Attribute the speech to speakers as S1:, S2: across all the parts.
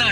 S1: 那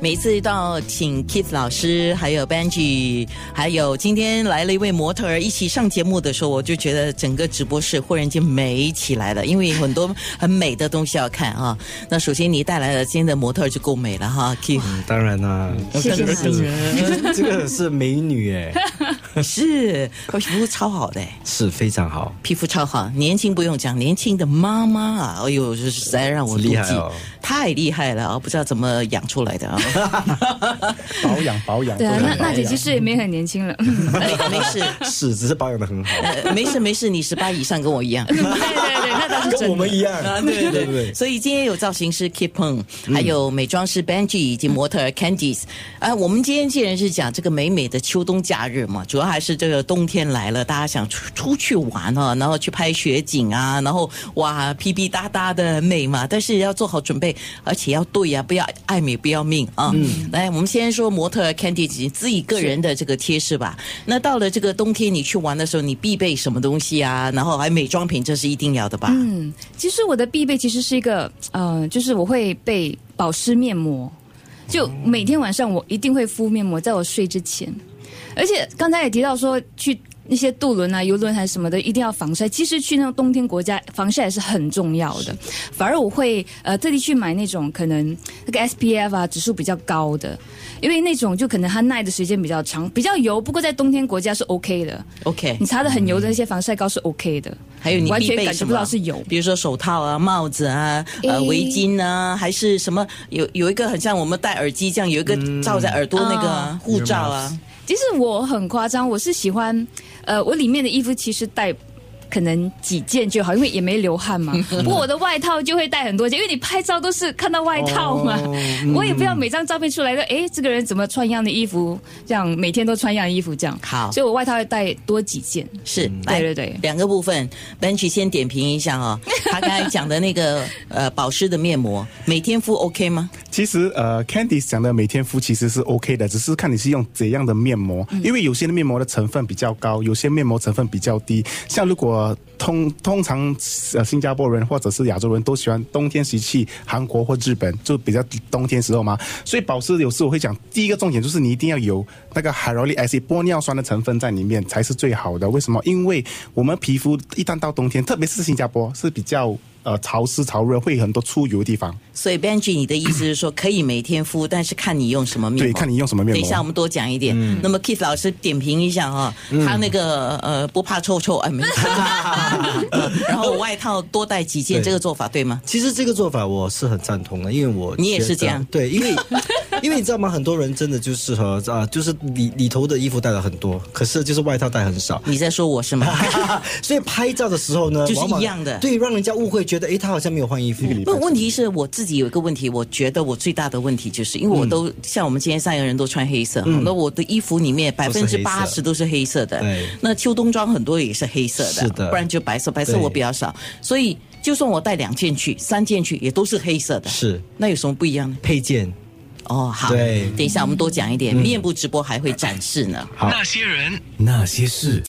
S2: 每次到请 Keith 老师，还有 Benji，还有今天来了一位模特儿一起上节目的时候，我就觉得整个直播室忽然间美起来了，因为很多很美的东西要看 啊。那首先你带来的今天的模特儿就够美了哈，Keith
S3: 当然啦，
S2: 嗯
S4: 谢谢
S3: 这
S4: 谢谢。
S3: 个这个是美女哎，
S2: 是皮肤超好的、
S3: 是非常好，
S2: 皮肤超好，年轻不用讲，年轻的妈妈啊，哎呦，这实在让我妒忌，
S3: 厉害哦
S2: 太厉害了啊！不知道怎么养出来的啊。
S5: 保养保养。
S4: 对啊，
S5: 多
S4: 那
S5: 点保
S4: 娜
S5: 养
S4: 姐其实也没很年轻了，
S2: 哎没事，
S3: 是只是保养的很好，
S2: 呃没事没事，你十八以上跟我一样。
S4: 对对对，那倒是真的。
S3: 跟我们一样，
S2: 啊，对对
S3: 对
S2: 对，嗯
S3: 对
S2: 所以今天有造型师 Kip Peng，、还有美妆师 Benji 以及模特儿 Candice。啊，我们今天既然是讲这个美美的秋冬假日嘛，主要还是这个冬天来了，大家想出出去玩啊，然后去拍雪景啊，然后哇皮皮哒哒的很美嘛，但是要做好准备，而且要对呀、不要爱美不要命啊。来，我们先说模特儿 Candice 你自己个人的这个贴士吧。那到了这个冬天，你去玩的时候，你必备什么东西啊？然后还美妆品，这是一定要的吧？
S4: 嗯，其实我的必备其实是一个，呃，就是我会备保湿面膜，就每天晚上我一定会敷面膜，在我睡之前。而且刚才也提到说，去那些渡轮啊、游轮还是什么的，一定要防晒。其实去那种冬天国家，防晒也是很重要的。反而我会呃特地去买那种可能那个 SPF 啊指数比较高的，因为那种就可能它耐的时间比较长，比较油。不过在冬天国家是 OK 的，
S2: OK，
S4: 你擦的很油的那些防晒膏是 OK 的。
S2: 还有你
S4: 完
S2: 必
S4: 全
S2: 备
S4: 感
S2: 什
S4: 觉
S2: 么？
S4: 不到是油。
S2: 比如说手套啊、帽子啊、呃
S4: 诶
S2: 围巾啊，还是什么？有有一个很像我们戴耳机这样，有一个罩在耳朵那个啊
S4: 啊
S2: 护罩啊。
S4: 其实我很夸张，我是喜欢，呃，我里面的衣服其实带。可能几件就好，因为也没流汗嘛。 不过我的外套就会带很多件，因为你拍照都是看到外套嘛。
S2: 哦
S4: 我也不知
S2: 嗯
S4: 道每张照片出来的，诶，这个人怎么穿一样的衣服，这样每天都穿一样的衣服这样。
S2: 好
S4: 所以我外套会带多几件。
S2: 是，
S5: 嗯
S2: 来
S4: 对对对
S2: 两个部分，Benji 先点评一下 哦。他刚才讲的那个呃保湿的面膜，每天敷 OK 吗？
S5: 其实呃，Candice 讲的每天敷其实是 OK 的，只是看你是用怎样的面膜，
S2: 嗯
S5: 因为有些的面膜的成分比较高，有些面膜成分比较低。像如果通通常呃新加坡人或者是亚洲人都喜欢冬天时期韩国或日本就比较冬天时候嘛，所以保湿有时我会讲第一个重点就是你一定要有那个 hyaluronic acid 玻尿酸的成分在里面才是最好的。为什么？因为我们皮肤一旦到冬天，特别是新加坡是比较。呃，潮湿潮热会很多出油的地方，
S2: 所以 Benji，你的意思是说可以每天敷，但是看你用什么面膜。
S5: 对看你用什么面膜
S2: 等一下我们多讲一点。
S3: 嗯
S2: 那么 Keith 老师点评一下哈、他那个呃不怕臭臭，哎没 怕。呃然后外套多带几件，
S3: 对
S2: 这个做法对吗？
S3: 其实这个做法我是很赞同的，因为我
S2: 你也
S3: 觉得
S2: 是这样
S3: 对，因为 因为你知道吗？很多人真的就适合啊，就是里里头的衣服带了很多，可是就是外套带很少。
S2: 你在说我是吗？
S3: 所以拍照的时候呢，
S2: 就是
S3: 往往
S2: 一样的嗯
S3: 对，让人家误会觉得，诶，他好像没有换衣服。
S2: 不，问题是我自己有一个问题，我觉得我最大的问题就是，因为我
S3: 嗯
S2: 都、像我们今天三个人都穿黑色，那我的衣服里面百分
S3: 都
S2: 之
S3: 是黑
S2: 八十
S3: 色
S2: 都是黑色的
S3: 对，
S2: 那秋冬装很多也是黑色的，
S3: 是的
S2: 不然就白色，白色
S3: 对
S2: 我比较少，所以就算我带两件去、三件去，也都是黑色的，
S3: 是
S2: 那有什么不一样呢？
S3: 配件，
S2: 哦，好，
S3: 对
S2: 等一下我们多讲一点，面部直播还会展示呢。
S3: 好
S1: 那些人。
S6: 那些事。